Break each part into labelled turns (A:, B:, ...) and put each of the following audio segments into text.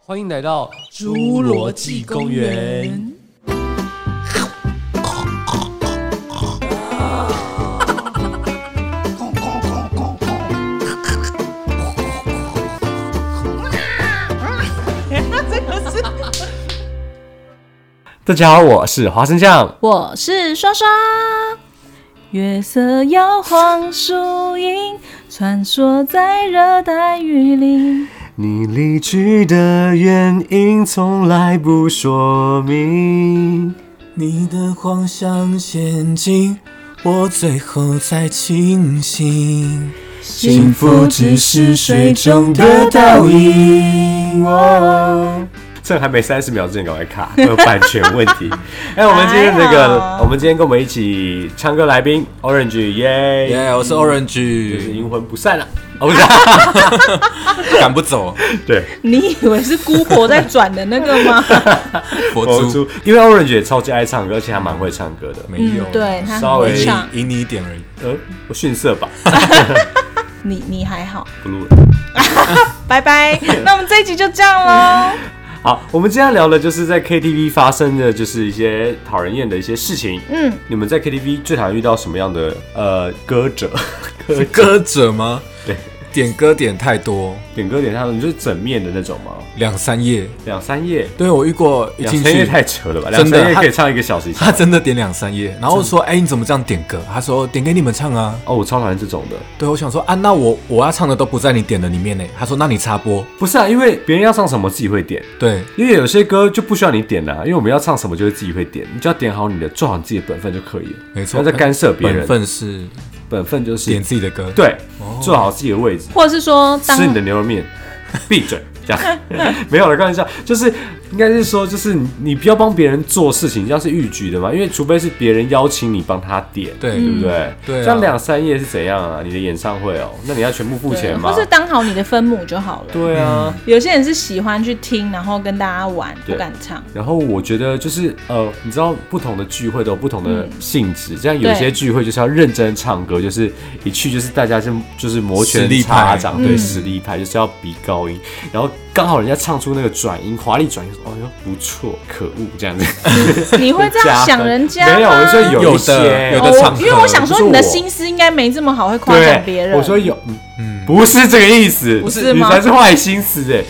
A: 欢迎来到
B: 侏罗纪公园。
A: 大家好，我是花生酱。
B: 我是刷刷。月色摇晃树影，穿梭在热带雨林。
A: 你离去的原因从来不说明。
C: 你的幻想陷阱，我最后才清醒。幸福只是水中的倒影。哦
A: 趁还没三十秒之前赶快卡，会有版权问题。哎、我们今天那
B: 还
A: 个，
B: 好
A: 我们今天跟我们一起唱歌来宾 Orange 耶、
C: 耶我是
A: 就是
C: Orange，
A: 阴魂不散了。哦，不是啊、
C: 赶不走，
A: 对，
B: 你以为是姑婆在转的那 个吗？
C: 佛
A: 我
C: 珠
A: 出，因为 Orange 也超级爱唱歌，而且他蛮会唱歌的。
C: 没有
B: 嗯，，对，她
A: 稍
B: 很
A: 微
B: 会唱。
C: 赢你一点而已。
A: 呃，我逊色吧，
B: 你你还好，
A: 不录了。
B: 拜拜。那我们这一集就这样喽。
A: 好，我们今天聊的就是在 KTV 发生的，就是一些讨人厌的一些事情。
B: 嗯，
A: 你们在 KTV 最常遇到什么样的呃歌者？ 歌
C: 歌者吗？
A: 对，
C: 点歌点太多，
A: 点歌点他们就是整面的那种吗？
C: 两三页。
A: 两三页，
C: 对我遇过一
A: 两
C: 进
A: 三页
C: 去，
A: 太扯了吧？两
C: 真的
A: 三页
C: 他
A: 可以唱一个小时以 上
C: 他。真的点两三页，然后我
A: 嗯
C: 说：“哎、你怎么这样点歌？”他说：“点给你们唱啊。
A: 哦，我超讨厌这种的。”
C: 对，我想说啊，那我我要唱的都不在你点的里面呢。他说：“那你插播。
A: 不是啊，因为别人要唱什么自己会点，”
C: 对，
A: 因为有些歌就不需要你点啊啦、因为我们要唱什么就是自己会点，你只要点好你的，做好你自己的本分就可以了。
C: 没错，
A: 不要再干涉别人。
C: 本分是
A: 本分就是
C: 点自己的哦歌。，
A: 对，做好自己的位置，
B: 或者是说，当
A: 吃你的牛肉面，闭嘴，这样 没有了，开玩笑，就是应该是说，就是你你不要帮别人做事情，这样是逾矩的嘛，因为除非是别人邀请你帮他点，
C: 对
B: 嗯
A: 对不对？
C: 对啊
A: 像两三页是怎样啊？你的演唱会哦，那你要全部付钱吗
B: 啊或？是当好你的分母就好了。
A: 对啊。
B: 有些人是喜欢去听，然后跟大家玩，
A: 对
B: 不敢唱。
A: 然后我觉得就是呃，你知道不同的聚会都有不同
B: 嗯
A: 的性质，这样有些
B: 对
A: 聚会就是要认真唱歌，就是一去就是大家是就是摩拳
C: 实力
A: 擦
C: 派
B: 嗯
A: 掌，对，实力派就是要比高音，然后刚好人家唱出那个转音，华丽转音，哦哟不错，可恶这样子，
B: 你 会这 样想人家吗？
A: 没有，我说有一
C: 有
A: 些
C: 的有
B: 哦
C: 的场合，
B: 因为我想说你的
A: 不是我
B: 心思应该没这么好，会夸奖别
A: 对，
B: 人。
A: 我说有，嗯，不是这个意思，
B: 不是
A: 你
B: 吗
A: 才是坏心思哎。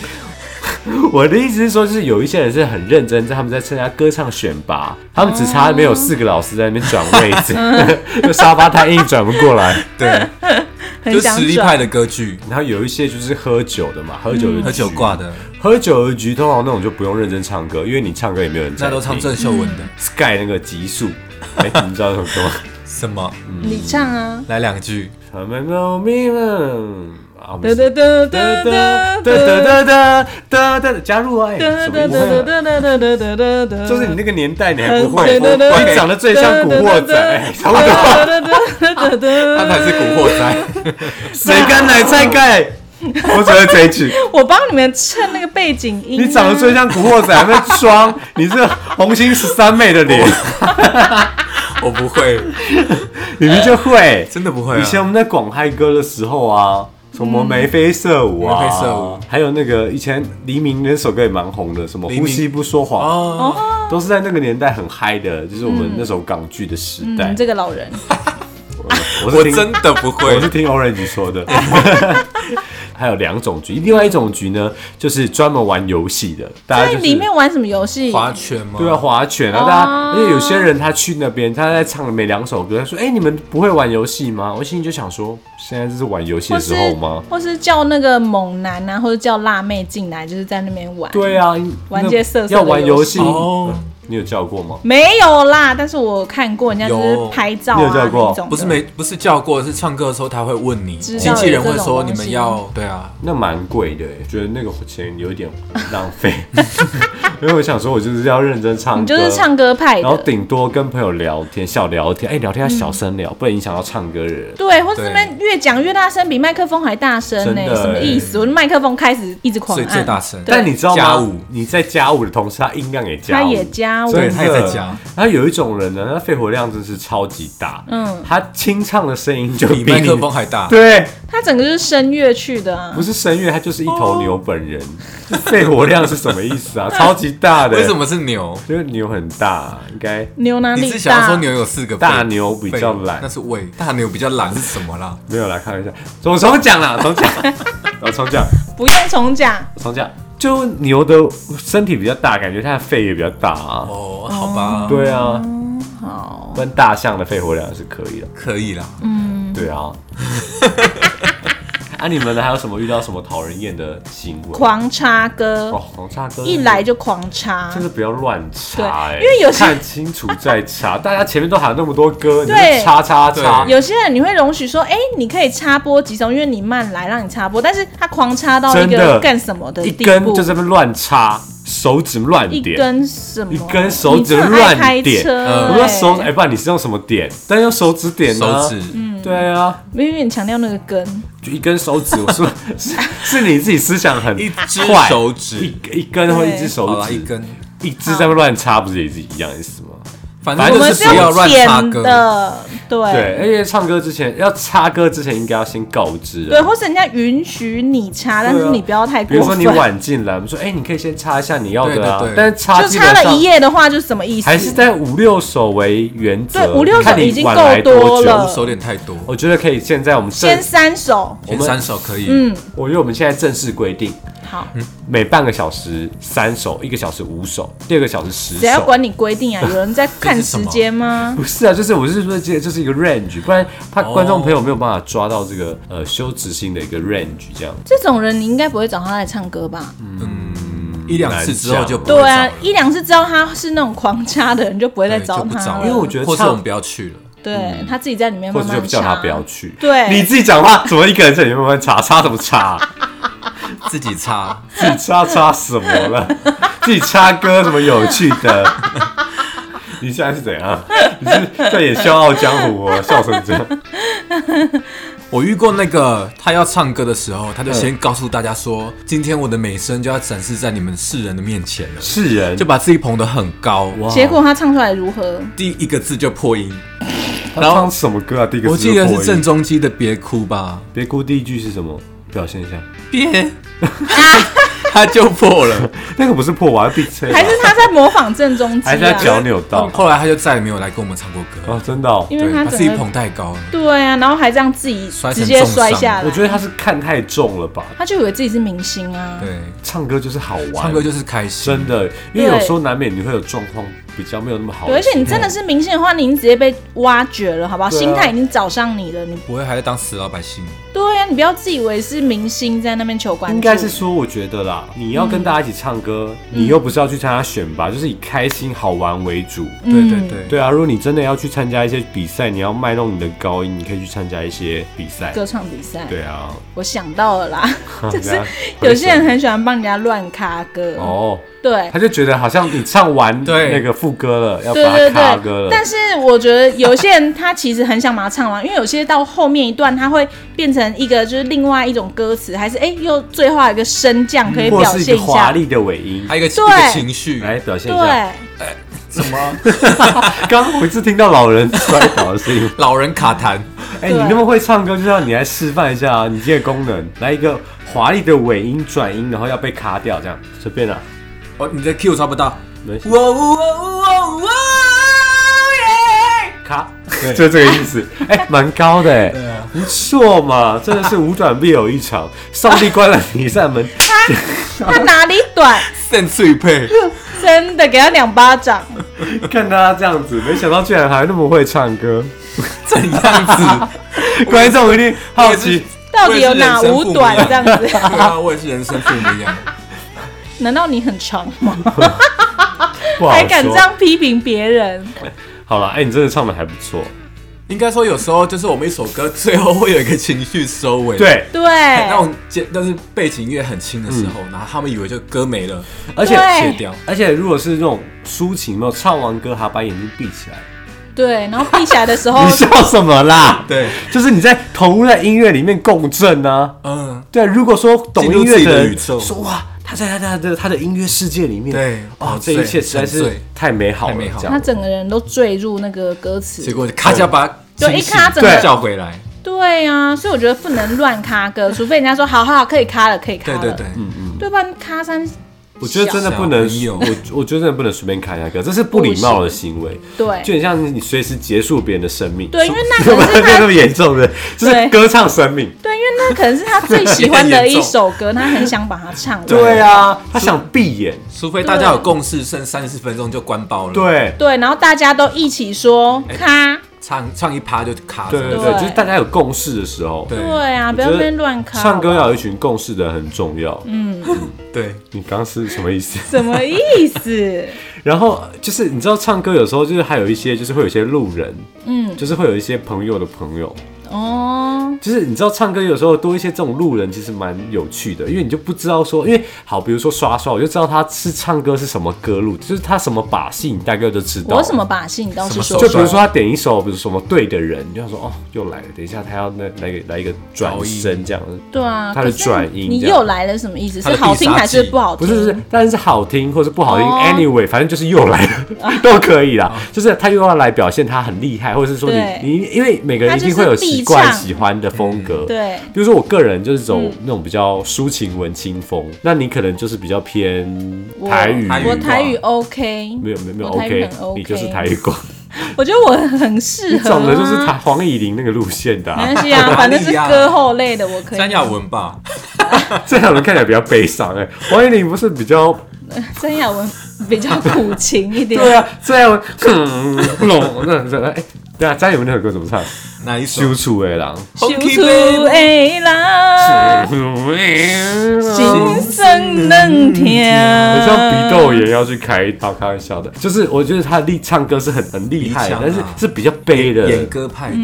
A: 我的意思是说，就是有一些人是很认真，在他们在参加歌唱选拔，他们只差没有四个老师在那边转位置，
B: 啊
A: 就沙发太硬转不过来。
C: 对，
B: 很
C: 就
B: 想
C: 实力派
B: 转。
C: 的歌剧，
A: 然后有一些就是喝酒的嘛，喝酒的、
C: 嗯喝酒挂，的，
A: 喝酒的局通常那种就不用认真唱歌，因为你唱歌也没有人在
C: 那都唱
A: 听
C: 郑秀文的。
B: 嗯
A: Sky 那个极速，哎、你们知道什么歌吗？
C: 什么？
B: 你唱啊！
C: 来两句。
A: 他们 know me 了啊，我们
B: 哒哒哒
A: 哒哒
B: 哒哒哒哒哒
A: 哒哒哒哒，加入啊！哎什么
B: 哒
A: 意
B: 哒
A: 思？
B: 哒哒哒哒哒哒哒。
A: 就是你那个年代，你还不会，
B: 哒哒哒
A: 你长得最像古惑仔，哎差不多。
B: 哒哒哒哒哒哒。
C: 他才是古惑 仔，
A: 谁干奶菜盖？我只会这一 句。
B: 我帮你们衬那个背景音啊。
A: 你长得最像古惑仔，还在 装你是红星十三妹的脸，
C: 我不会，
A: 你们就 会。
C: 真的不会啊。
A: 以前我们在广嗨歌的时候啊。什么
B: 嗯
A: 眉飞色舞啊，
C: 眉飞色舞，
A: 还有那个以前黎明那首歌也蛮红的，什么
C: 黎
A: 呼
C: 明
A: 吸不说谎，
C: 哦，
A: 都是在那个年代很嗨的，就是我们那首港剧的时代。
B: 嗯这个老人。
A: 我
C: 我
A: 是
C: 真
A: 听
C: 的不
A: 我
C: 会
A: 是。听 Orange 说的。 还有两种局，另外一种局呢，就是专门玩游戏的，大家
B: 在
A: 就是
B: 里面玩什么游戏？
C: 划拳吗？
A: 对啊，，划拳啊，
B: 哦
A: 大家，因为有些人他去那边，他在唱每两首歌，他说：“哎、你们不会玩游戏吗？”我心里就想说，现在这是玩游戏
B: 或
A: 的时
B: 是
A: 候吗？
B: 或是叫那个猛男啊，或者叫辣妹进来，就是在那边玩。
A: 对啊，
B: 玩
A: 那
B: 些色色的
A: 要玩游
B: 游
A: 戏
B: 戏
C: 哦
A: 嗯你有叫过吗？
B: 没有啦，但是我看过人家就是
C: 有
B: 拍照
A: 你有
B: 啊
A: 叫过
B: 那种的，
C: 不是没不是叫过，是唱歌的时候他会问你，
B: 知道
C: 经纪人会
B: 有这种
C: 说
B: 东
C: 你
B: 西
C: 们要对 啊，
A: 那蛮贵的耶，觉得那个钱有一点浪费， 因为我想说，我就是要认真唱歌，
B: 你就是唱歌派
A: 然后
B: 的，
A: 顶多跟朋友聊天，小聊天，哎、聊天要小声
B: 嗯
A: 聊，不然影响到唱歌的人。
B: 对，或者那边越讲越大声，比麦克风还大声呢、
A: 真的欸
B: 什么意思？我的麦克风开始一直狂
C: 最
B: 按，
C: 最大声
B: 对
A: 但你知道
C: 加
A: 吗
C: 五？
A: 你在加五的同时，他音量也加
B: 他
A: 五，
B: 也加家，我
D: 所以
A: 真
D: 他也在
A: 的
D: 家。
A: 然后有一种人呢，他肺活量真是超级大，
B: 嗯，
A: 他清唱的声音就
D: 比
A: 你
D: 麦克风还大。
A: 对，
B: 他整个就是声乐去的啊
A: 不。是声乐，他就是一头牛本人。肺活量是什么意思啊？超级大的，
D: 为什？么是牛？
A: 因为牛很大，应该
B: 牛哪
D: 你
B: 里
D: 是想要
B: 大
D: 说？牛有四个肺
A: 大牛比较
D: 肺
A: 懒
D: 那，是胃。大牛比较懒是什么啦？
A: 没有啦，开玩笑。我重讲啦，重 讲，
D: 哦
A: 我重讲，
B: 不用重讲，
A: 我重讲。就牛的身体比较大，感觉它的肺也比较大啊。
D: 哦，好吧，
A: 对啊，
B: 哦好，
A: 跟大象的肺活量是可以的。
D: 可以啦。
B: 嗯
A: 对 啊。啊，你们呢？还有什么遇到什么讨人厌的行为？
B: 狂插歌，
A: 哦，黄叉哥
B: 一来就狂插
A: 真。的不要乱插、欸，
B: 对因为有些
A: 看清楚再 插。大家前面都喊那么多歌，你就
B: 对
A: 插插插，
B: 有些人你会容许说，哎、你可以插播几首，因为你慢来，让你插播。但是他狂插到一
A: 真
B: 个
A: 的
B: 干什么的
A: 一
B: 地
A: 根
B: 步，
A: 就在那边乱插，手指乱
B: 一
A: 点。
B: 根什么，
A: 一根手指
B: 你真的爱
A: 乱
B: 开
A: 点
B: 车、
A: 我
D: 嗯
A: 说
B: 哎
A: 手指，哎、不然你是用什么点？但用手指点呢、
D: 手指，
A: 对啊，
B: 明明你强调那个根，
A: 就一根手指，我说 是是你自己思想很
D: 一只
A: 快
D: 手指，
A: 一一根或一只手
D: 好啦，
A: 指，
D: 一根，
A: 一只在那边乱插，不是也是一样意思吗？
D: 反
B: 我
D: 正
B: 们
D: 就是是不要
B: 用
D: 乱插
B: 剪
D: 歌。
B: 的，对
A: 对，而且唱歌之前要插歌之前，应该要先告知啊。
B: 对或是人家允许你插，但是你不要太
A: 比
B: 过
A: 如说
B: 分。
A: 你晚进来，我们说，哎、你可以先插一下你要的啊。
D: 对对对
A: 但是插
B: 就
A: 基
B: 插
A: 本
B: 了
A: 上
B: 一页的话，就是什么意思？
A: 还是在五六首为原则，
B: 对五六首
A: 看你
B: 已经
A: 晚来
B: 够多
A: 久
B: 了
D: 手有点太多，
A: 我觉得可以，现在我们正
B: 先，三首，
D: 前三首可以。
B: 嗯，
A: 我觉得我们现在正式规定，
B: 好，
A: 每半个小时三首，一个小时五首，第二个小时十
B: 谁要
A: 首。
B: 管你 规定啊？有人在看时间吗？
A: 不是啊，就是我是说，这这是一个 range，不然怕
D: 哦
A: 观众朋友没有办法抓到这个呃休止性的一个 range 这样。
B: 这种人你应该不会找他来唱歌吧？
A: 嗯
D: 一两次之后就不会
B: 对啊
D: 找了，
B: 一两次知道他是那种狂插的人，就不会再
D: 对就
B: 找
D: 不
B: 他
D: 找
B: 了。
D: 了，
A: 因为我觉得
D: 或是
A: 唱
D: 我们不要去了。
B: 对他自己在里面
A: 或
B: 慢
A: 者就
B: 慢
A: 叫他
B: 插，
A: 不要去。
B: 对
A: 你自己讲话，怎么一个人在里面慢慢查？查什么查？
D: 自己插，
A: 自己插插什么了？自己插歌什么有趣的？你现在是怎样？你是在演《笑傲江湖》哦，笑成这样。
D: 我遇过那个他要唱歌的时候，他就先告诉大家说，今天我的美声就要展示在你们世人的面前了，
A: 是人
D: 就把自己捧得很高。哇，
B: 结果他唱出来如何？
D: 第一个字就破音，
A: 他唱什么歌啊？第一个
D: 我
A: 字就
D: 记得
A: 播
D: 是
A: 音
D: 郑中基的《别哭吧
A: 别哭，第一句是什么？表现一下。》，
D: 别， 他就 破了。
A: 那个不是破瓦地车吧，啊
B: 还是他在模仿郑中基
A: 还是他脚
B: 啊？
A: 扭到？
D: 后来他就再也没有来跟我们唱过歌，
A: 哦，真的哦。
B: 因为
D: 对，
B: 他
D: 把自己
B: 整个
D: 捧太高了。
B: 对啊，然后还这样自己
D: 摔成
B: 直接摔下来。
A: 我觉得他是看太重了吧。
B: 他就以为自己是明星啊。
D: 对，
A: 唱歌就是好玩，
D: 唱歌就是开心，
A: 真的，因为有时候难免你会有状况比较没有那么好
B: 对，
A: 的
B: 而
A: 时候。
B: 且你真的是明星的话，你已经直接被挖掘了，好不好？
A: 对啊
B: 心态已经找上你了，你
D: 不会还在当死老百姓。
B: 对啊呀、你不要自以为是明星在那边求关注，
A: 应该是说，我觉得啦，你要跟大家一起唱歌，
B: 嗯
A: 你又不是要去参加选拔，就是以开心好玩为主。
B: 嗯
D: 对对对，
A: 对啊，如果你真的要去参加一些比赛，你要卖弄你的高音，你可以去参加一些比赛。
B: 歌唱比赛。
A: 对啊，
B: 我想到 了啦，就
A: 大
B: 是
A: 家
B: 有些人很喜欢帮人家乱卡歌，
A: 哦，
B: 对
A: 他。就觉得好像你唱完
D: 对
A: 那个副歌了，要把
B: 对
A: 它
B: 对
A: 卡歌
B: 对，
A: 了。
B: 但是我觉得有些人他其实很想把它唱完，因为有些到后面一段他会变成一个就是另外一种歌词，还是哎、又最后还有一个升降可以
A: 嗯或
B: 表
A: 是一
B: 现
A: 个
B: 一
A: 华
B: 下，
A: 丽的尾音，
D: 还有一个
B: 对
D: 一个情绪，
A: 来表现一下。
B: 对，
D: 什么
A: 刚刚我一次听到老人摔倒的声 音，
D: 老人卡痰，
A: 哎，你那么会唱歌，就让你来示范一下 啊，你这个功能，来一个华丽的尾音转音，然后要被卡掉，这样随便啦。
D: 哦，你的 Q 抓不到，
A: 没事
D: 哇哇哇哇耶！
A: 卡， 就这个意思。 哎、蛮高的哎、
B: 啊
A: 不错嘛，真的是五短必有一长。上帝关了你一扇门，
B: 他哪里短？
D: 剩 最配，
B: 真的给他两巴掌，
A: 看他这样子，没想到居然还那么会唱 歌。
D: 怎样子？
A: 观众一定 好奇，
B: 到底有哪五短这 样子？
D: 对啊，我也是人生父母一样，
B: 难道你很长吗？
A: 不好
B: 还敢这
A: 说。
B: 样批评 别人？
A: 好了，哎、你真的唱的还不错。
D: 应该说有时候就是我们一首歌最后会有一个情绪收尾，。
A: 对，
B: 对，
D: 那种简，但是背景音乐很轻的时候，然后他们以为就歌没了，
A: 嗯而且
B: 对
D: 切掉。
A: 而且如果是那种抒情，有没有唱完歌还把眼睛闭起来，
B: 对，然后闭起来的时候
A: 你，笑什么啦？
D: 对，
A: 就是你在投入在音乐里面共振啊。
D: 嗯，
A: 对，如果说懂音乐
D: 进入自己
A: 的
D: 的
A: 人
D: 宇宙
A: 说哇，他在他的他的他的音乐世界里面，
C: 对
A: 哦
C: 很，
A: 这
C: 醉
A: 一切实在
C: 很
A: 是
C: 醉
A: 太美好了，
C: 太美好
A: 这
B: 他
A: 样。
B: 整个人都坠入那个歌词。
C: 结果咔嚓把
B: 对
C: 清
B: 一
C: 醒
B: 咔整个
C: 叫回来，
B: 对啊，所以我觉得不能乱 卡歌，除非人家说好好好可以卡了，可以卡
C: 对
B: 了，
C: 对对，
B: 对吧？你卡三，
A: 我觉得真的不能，
C: 小朋友
A: 我我觉得真的不能随便开那个，这是不礼貌的行为，
B: 对
A: 就很像你随时结束别人的生命，
B: 对因为那
A: 什
B: 可
A: 么
B: 能是他
A: 那么严重的，就是
B: 对
A: 歌唱生命。
B: 对，因为那可能是他最喜欢的一首歌，他很想把它唱 完。
A: 对啊，他想闭眼，
C: 除非大家有共识，剩三十分钟就关爆了，，
A: 对
B: 对，然后大家都一起说
A: 哎
B: 卡，
C: 唱唱一趴就咔，
A: 对对
B: 对
A: 对，就是大家有共识的时候，
C: 对
B: 对啊，嗯不要
A: 觉
B: 在那
A: 得
B: 边乱卡。
A: 唱歌要有一群共识的很重要。
C: 对，
A: 你刚刚是什么意思？
B: 什么意思？
A: 然后就是你知道，唱歌有时候就是还有一些，就是会有一些路人，嗯，就是会有一些朋友的朋友，
B: 哦，
A: 就是你知道，唱歌有时候多一些这种路人，其实蛮有趣的，因为你就不知道说，因为好，比如说刷刷，我就知道他是唱歌是什么歌路，就是他什么把戏，你大概就知道。
B: 我什么？把戏你倒是说
C: 什
A: 就
C: 么手
A: 比如说他点一首，比如什么对的人，你就想说哦，又来了，等一下他要来来个来一个转身这样。
B: 对啊，
A: 他的
B: 可是
A: 转音
B: 你
A: 这样
B: 又来了什么意思？
C: 他
B: 是
C: 的
B: 好听还是不好
A: 不
B: 听？
A: 是不是，但是好听或是不好听、
B: 哦啊
A: a n y w a y 反正就是又来 了， 都可以啦。就是他又要来表现他很厉害，或者是说你
B: 对
A: 你，因为每个人
B: 他
A: 一
B: 就是
A: 定会有习惯
B: 必唱嗯
A: 喜欢的风格，
B: 对嗯
A: 比如说我个人就是走那种比较抒情文青风，那你可能就是比较偏
B: 我
A: 台语，
C: 台语
B: 我
C: 吧
B: 台语 OK，
A: 没有没有没有
B: 我台语
A: OK，
B: 很
A: 你就是台语光，
B: 我觉得我很适
A: 你
B: 合、啊，
A: 走的就是台黄以玲那个路线的、
B: 没
A: 啊，
B: 关系啊，反正是
C: 哪里啊
B: 歌后类的，我可以。
C: 詹雅文吧，
A: 这两人看起来比较悲伤 哎、黄以玲不是比较
B: 詹雅文比较苦情一点，
A: 对啊，这样哼拢那那哎。对啊，张宇那首歌怎么唱？
C: 哪一首
A: 羞出的人，
B: 修
C: Honky
B: 出
C: Baby
B: 的啦，心酸能听。
A: 很像鼻窦炎要去开一刀，开玩笑的。就是我觉得他力唱歌是很很厉害
C: 鼻
A: 的，
C: 腔啊
A: 但是是比较悲的。
C: 演歌派的，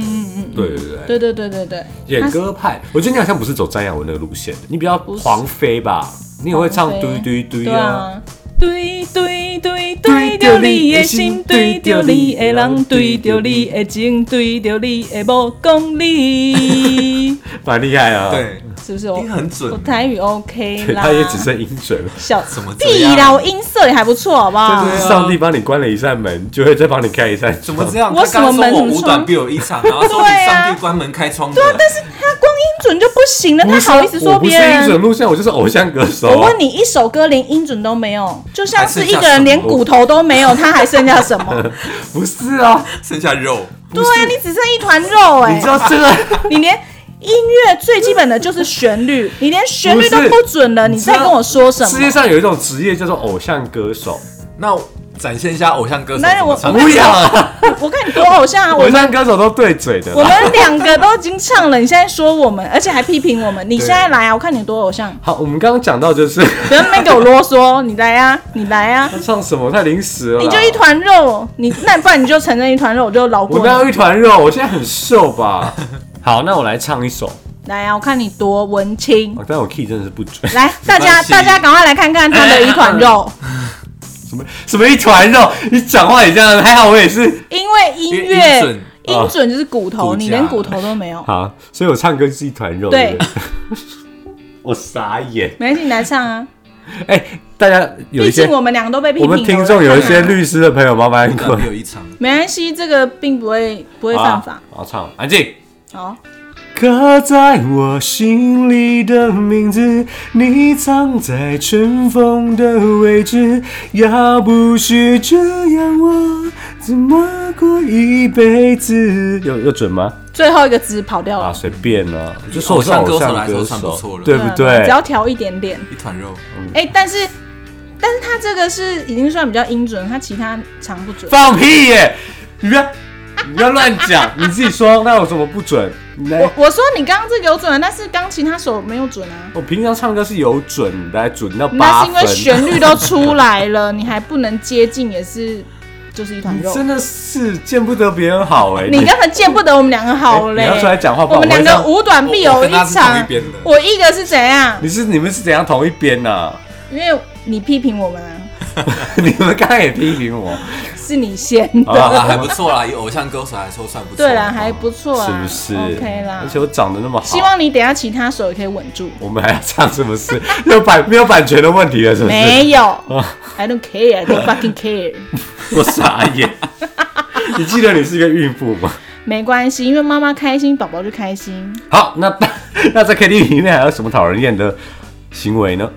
A: 对对对，
B: 对对对对对，
A: 演歌派。我觉得你好像不是走张亚文那个路线，你比较黄飞吧，你也会唱
B: 黄
A: 嘟
B: 飞
A: 嘟嘟
B: 对
A: 啊。
B: 啊。对对对对着你的心，对着你的人，对着你的情，对着你的某公理，
A: 蛮厉害啊。，
C: 对，
B: 是不是我？
C: 音很准
B: 我台语 OK
A: 对
B: 啦。
A: 他也只剩音准了。
B: 小
C: 怎么这
B: 屁啦，
C: 样
B: 我音色也还不错，好不好？
A: 就是上帝帮你关了一扇门，就会再帮你开一扇
C: 怎
A: 窗。
C: 么这样？
B: 我
C: 他刚刚
B: 什么门
C: 说我
B: 什么
C: 五
B: 窗
C: 短必有一场，然后说
B: 对
C: 你
B: 啊
C: 上帝关门开窗的，
B: 但是他光音准就不行了，
A: 不
B: 他
A: 是
B: 好意思说
A: 我不是
B: 别
A: 音
B: 人
A: 准？路线，我就是偶像歌手。
B: 我问你，一首歌连音准都没有，就像是一个人连骨头都没有，他还剩下什么？
A: 不是啊，
C: 剩下肉，
B: 对啊，你只剩一团肉哎、
A: 你知道这个？
B: 你连音乐最基本的就是旋律，你连旋律都
A: 不是
B: 不准了，你
A: 知道
B: 在跟我说 什
A: 世界
B: 么？
A: 上有一种职业叫做偶像歌手，
C: 那展现一下偶像歌手
B: 那
C: 怎
B: 我
C: 么唱
B: 不。
A: 要啊，
B: 我看你多偶像啊！我
A: 偶
B: 们
A: 像歌手都对嘴的
B: 我
A: 啦。
B: 们两个都已经唱了，你现在说我们，而且还批评我们，你
C: 对
B: 现在来啊！我看你多偶像，
A: 好，我们刚刚讲到就是
B: 不要那边给我啰嗦，你来啊，你来啊！
A: 他唱什么太临时了啦，
B: 你就一团肉，你那不然你就承认一团肉，我就饶
A: 我
B: 过
A: 那
B: 你。
A: 样一团肉，我现在很瘦 吧？好，那我来唱一首，
B: 来啊，我看你多文青！
A: 哦但我 key 真的是不准，
B: 来，大家
C: 没关系
B: 大家赶快来看看他的一团肉，
A: 什么什么一团肉，你讲话也这样，还好我也是
B: 因为音
C: 因为音
B: 乐
C: 准
B: 音准就是骨头，
C: 骨架
B: 你连骨头都没有。
A: 哦好，所以我唱歌是一团肉，
B: 对
A: 不， 我傻眼，
B: 没关系，你来唱啊！
A: 哎、大家有一
B: 毕
A: 些
B: 竟我们两个都被批
A: 我
B: 评了。
A: 们听众有一些
B: 我来唱啊
A: 律师的朋友，麻烦啊
C: 五 短
A: 滚
C: 必，有一场，
B: 没关系，这个并不会不会
A: 好
B: 犯
A: 啊
B: 法。
A: 好唱，安静。
B: 好，
A: 刻在我心里的名字，你藏在尘封的位置。要不是这样，我怎么过一辈子？有有准吗？
B: 最后一个字跑掉
A: 啊，
B: 了，
A: 随便啦、啊，就说我是偶像歌
C: 哦偶像歌手来说算不错
A: 手，嗯
C: 了
A: 对不对
B: 嗯只？要调一点点。
C: 一团肉，
B: 哎，但是但是他这个是已经算比较音准，他其他长不准。
A: 放屁耶！你不要，你不要乱讲，你自己说，那有什么不准？ 你来
B: 我，我说你刚刚这个有准，但是钢琴他手没有准啊。
A: 我平常唱歌是有准的，准到
B: 那
A: 八
B: 是因为
A: 分。
B: 旋律都出来了，你还不能接近，也是就是一团
A: 你
B: 肉。
A: 真的是见不得别人好哎！
B: 你刚才见不得我们两个好嘞、
A: 哎你要出来讲话不
B: 我
A: 然
B: 们两
A: 我会
B: 个
A: 这样
B: 五短必有
C: 我我跟他是同
B: 场
C: 一边的。
B: 我一个是怎样？
A: 你是你们是怎样同一边呐、啊？
B: 因为你批评我们啊，
A: 你们刚刚也批评我，
B: 是你先
A: 好
B: 的。
A: 吧
D: 啊，还不错啦，以偶像歌手来说算不错。
B: 对啦，还不错啊，
A: 是不是
B: OK 啦
A: 而。且我长得那么好，
B: 希望你等一下其他手也可以稳住。
A: 我们还要唱是不是？有版 没有版权的问题了是不是？
B: 没有，I don't care，I don't fucking care。
A: 我傻 眼。你记得你是一个孕妇吗？
B: 没关系，因为妈妈开心，宝宝就开心。
A: 好，那 那在 KTV 里面还有什么讨人厌的行为呢？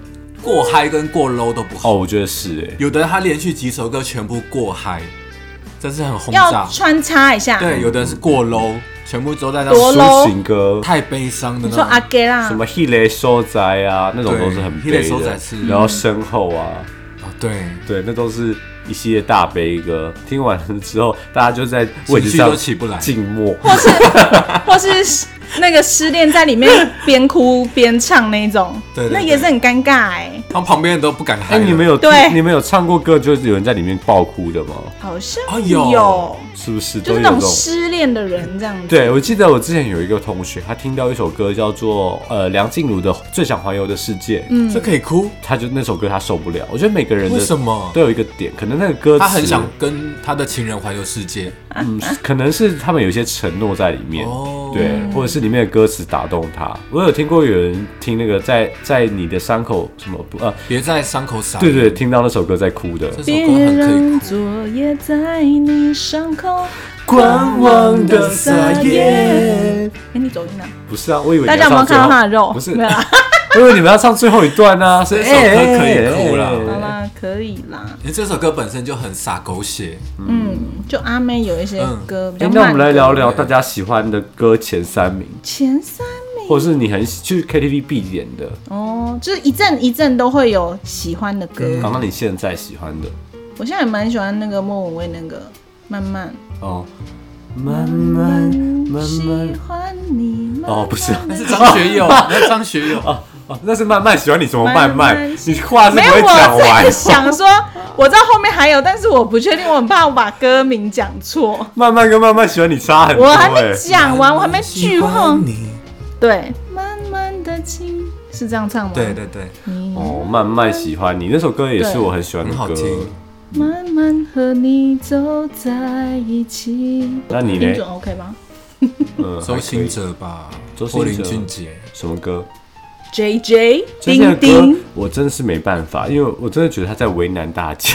D: 过嗨跟过 low 都不好。
A: 哦，我觉得是哎、
D: 有的人他连续几首歌全部过嗨，真是很轰
B: 要
D: 炸。
B: 穿插一下。
D: 对，有的人是过 low，全部都在那
B: 多 low
D: 种
A: 抒情歌，
D: 太悲伤
B: 你
D: 的那
B: 说啊阿
D: 种。
B: 给啦
A: 什，么《一雷收宅》啊，那种都是很
D: 对
A: 悲
D: 迄个所
A: 的
D: 在是。
A: 然后身后啊，
D: 哦对，
A: 对，那都是一系列大悲歌。听完了之后，大家就在位置
D: 情绪
A: 上
D: 都起不来
A: 静 默。
B: 或是或是那个失恋在里面边哭边唱那种，
D: 对对对
B: 那也是很尴尬哎、
D: 他们旁边人都不敢嗨
A: 哎、
D: 了。
A: 你们有
B: 对
A: 你们有唱过歌，就是有人在里面爆哭的吗？
B: 好像
D: 哦有
A: 是不是都
B: 就
A: 有这
B: 是那
A: 种
B: 种？失恋的人这样子。
A: 对，我记得我之前有一个同学，他听到一首歌叫做呃梁静茹的《最想环游的世界》，嗯，
D: 这可以哭？
A: 他就那首歌他受不了。我觉得每个人的
D: 为什么
A: 都有一个点，可能那个歌词
D: 他很想跟他的情人环游世界。
A: 嗯，可能是他们有一些承诺在里面，
D: 哦
A: 对，或者是里面的歌词打动他。我有听过有人听那个在在你的伤口什么不呃，
D: 别在伤口撒。
A: 对对，，听到那首歌在哭的。
D: 这首
B: 别
D: 歌很可以
B: 让
D: 哭。
B: 昨夜在你伤口。
A: 狂
B: 妄的撒野。哎、你走进来，
A: 不是啊，我以为
B: 大家有没有看到他的肉？
A: 不是
B: 没有啦，
A: 我以为你们要唱最后一段啊，是
D: 这首歌可以哭啦
B: 好啦，可以啦。
D: 因为这首歌本身就很洒狗血，
B: 嗯，就阿妹有一些歌比较
A: 哎，
B: 慢。
A: 那我们来聊聊大家喜欢的歌前三名，
B: 前三名
A: 或者是你很喜去 KTV 必点的，
B: 哦，就是一阵一阵都会有喜欢的歌。
A: 刚刚你现在喜欢的。
B: 我现在也蛮喜欢那个莫文蔚那个慢慢
A: 哦，慢慢慢
B: 喜
A: 慢
B: 欢你。慢慢
A: 哦不是
D: 那是张 学友，那是张学友。
A: 哦，那是慢慢喜欢你什么慢
B: 慢
A: 慢
B: 慢？
A: 你话是
B: 没
A: 不
B: 有，
A: 会讲
B: 我
A: 完
B: 在。想说，我知道后面还有，但是我不确定，我很怕我把歌名讲 错。
A: 慢慢跟慢慢喜欢你差很多
B: 我还
A: 哦哎
B: 没。讲啊完，我还没句号。
C: 你
B: 对，慢慢的亲是这样唱吗？
D: 对，对对，
B: 你
A: 哦，慢慢喜欢你那首歌也是我很喜欢的
D: 很好
A: 歌。
D: 听
B: 慢慢和你走在一起。
A: 那你
B: 音
A: 呢？
B: 准 OK 吗
A: 嗯，
D: 周
A: 还
D: 兴
A: 可以
D: 哲吧，
A: 周兴
D: 或
A: 哲
D: 林俊杰，
A: 什么歌？
B: ？J J
A: 真的
B: 丁
A: 歌
B: 丁，
A: 我真的是没办法，因为我真的觉得他在为难大家。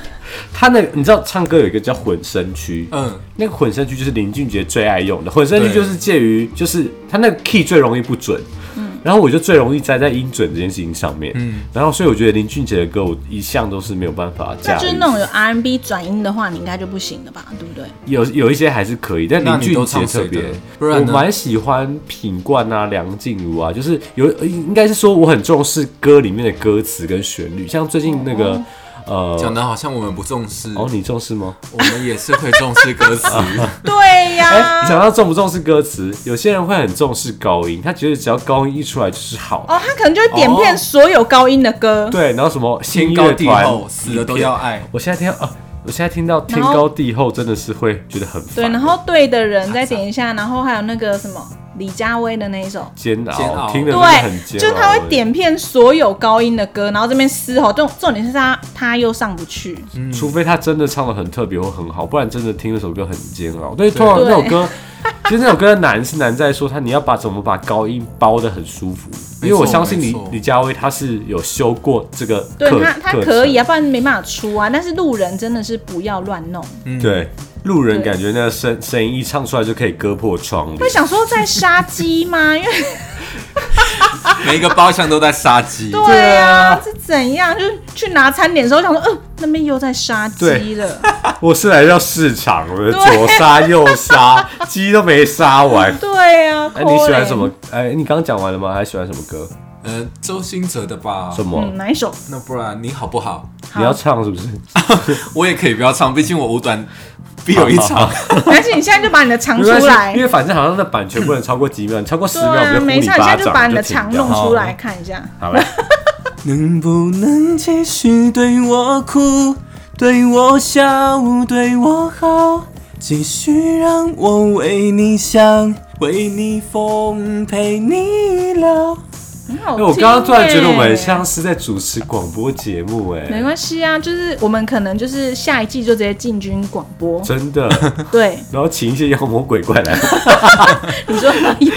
A: 他那你知道唱歌有一个叫混声区，
D: 嗯，
A: 那个混声区就是林俊杰最爱用的，混声区
D: 对
A: 就是介于就是他那个 key 最容易不准，
B: 嗯
A: 然后我就最容易栽在音准这件事情上面，然后所以我觉得林俊杰的歌我一向都是没有办法驾
B: 那
A: 驭
B: 就是，那种有 R&B 转音的话，你应该就不行了吧？对不对？
A: 有有一些还是可以，但
D: 那
A: 林
D: 你
A: 俊
D: 都
A: 杰
D: 唱
A: 特
D: 谁的
A: 别，
D: 不然
A: 我
D: 呢
A: 蛮喜欢品冠啊、梁静茹啊，就是有应该是说我很重视歌里面的歌词跟旋律，像最近那个、呃
D: 讲的好像我们不重视，
A: 哦，你重视吗？
D: 我们也是会重视歌词。
B: 对
A: 哎、
B: 呀、
A: 你想到重不重视歌词？有些人会很重视高音，他觉得只要高音一出来就是好。
B: 哦，他可能就会点遍所有高音的歌，
A: 对，然后什么新
D: 天
A: 乐
D: 高地
A: 团
D: 厚，死了都要爱。
A: 我现在听到啊，我现在听到天
B: 然后
A: 高地厚真的是会觉得很烦，
B: 对，然后对的人再点一下，然后还有那个什么李佳薇的那一首。
A: 煎熬，
D: 煎熬
A: 听的真的很欸煎
B: 对，
A: 熬，
B: 就是他会点遍所有高音的歌，然后这边嘶吼，重重点是他他又上不去，
D: 嗯
A: 欸，除非他真的唱的很特别或很好，不然真的听那首歌很煎熬。但是通常
B: 对
A: 那首歌。 其实那首歌的难是难在说他你要把怎么把高音包的很舒服，因为我
D: 没错
A: 相信
D: 没
A: 李
D: 错
A: 李佳薇她是有修过这个
B: 对
A: 课
B: 他他
A: 课
B: 可
A: 程
B: 以啊，不然没办法出啊。但是路人真的是不要乱弄，
D: 嗯
A: 对，路人
B: 对
A: 感觉那个声声音一唱出来就可以割破窗
B: 会
A: 帘。
B: 想说在杀鸡 吗？因为
D: 每一个包厢都在杀鸡，
B: 对啊，是怎样？就是去拿餐点的时候想说，呃，那边又在杀鸡了，
A: 我是来到市场的，
B: 对
A: 左杀右杀， 鸡都没杀完。
B: 对啊。
A: 哎，你喜
B: 可
A: 欢
B: 怜
A: 什么？？哎，你刚讲完了吗？还喜欢什么歌？
D: 呃，周兴哲的吧
A: 什。么
B: 嗯，？哪一首？
D: 那不然你好不好？
B: 好
A: 你要唱是不是？
D: 我也可以不要唱，毕竟我五短必有一场。
B: 而且你现在就把你的肠
A: 没
B: 出
A: 关
B: 来
A: 系，因，为反正好像那版权不能超过几秒，你超过十
B: 对
A: 秒我
B: 啊，
A: 们就呼
B: 没
A: 你
B: 事，你
A: 巴
B: 现在就把
A: 掌，
B: 你的
A: 就停
B: 肠
A: 掉
B: 弄。出来看一下。
A: 好 了，
C: 能不能继续对我哭，对我笑，对我好，继续让我为你想，为你疯，陪你老。
B: 很好
A: 哎、
B: 听
A: 我刚刚突然觉得我们
B: 耶
A: 很像是在主持广播节目、
B: 没
A: 哎，
B: 关系啊，就是我们可能就是下一季就直接进军广播，
A: 真 的。
B: 对，
A: 然后请一些妖魔鬼怪 来，
B: 你说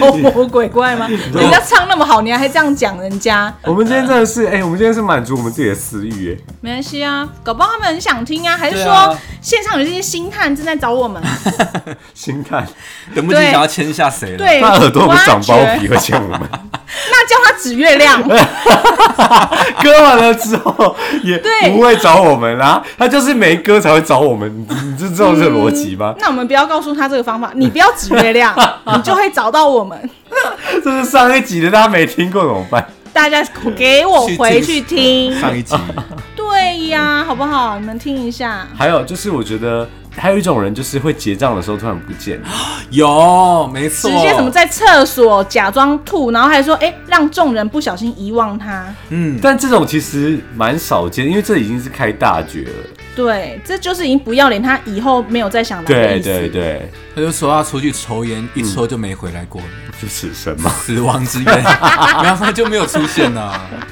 B: 妖魔鬼怪 吗？人家唱那么好，你还这样讲人家？
A: 我们今天真的是，哎、我们今天是满足我们自己的私欲，哎，
B: 没关系啊，搞不好他们很想听啊，还是
D: 对
B: 说、
D: 啊
B: 现场有这些星探正在找我 们？
A: 心态，
D: 等不及想要签下谁了。，
B: 对，
A: 他耳朵不长包
B: 挖
A: 皮啊
B: 掘，
A: 会欠我们。
B: 那叫他指月亮。
A: 割完了之后也
B: 对
A: 不会找我们啦，他就是没割才会找我们，你你就知道这个逻辑吗？
B: 那我们不要告诉他这个方法，你不要指 月亮，你就会找到我们。嗯
A: 这是上一集的，大家没听过怎么办？
B: 大家给我回去听，
D: 上 一集
B: 对呀，好不好？你们听一下，
A: 还有就是，我觉得还有一种人就是会结账的时候突然不见，
D: 有，没错，
B: 直接什么在厕所假装吐，然后还说哎、让众人不小心遗忘他。
D: 嗯，
A: 但这种其实蛮少见，因为这已经是开大绝了。
B: 对，这就是已经不要脸，他以后没有再想来的
A: 对
B: 意思。
A: 对对，
D: 他就说要出去抽烟，一抽就没回来过，
A: 是死神吗？
D: 死亡之渊，然后他就没有出现啊呐。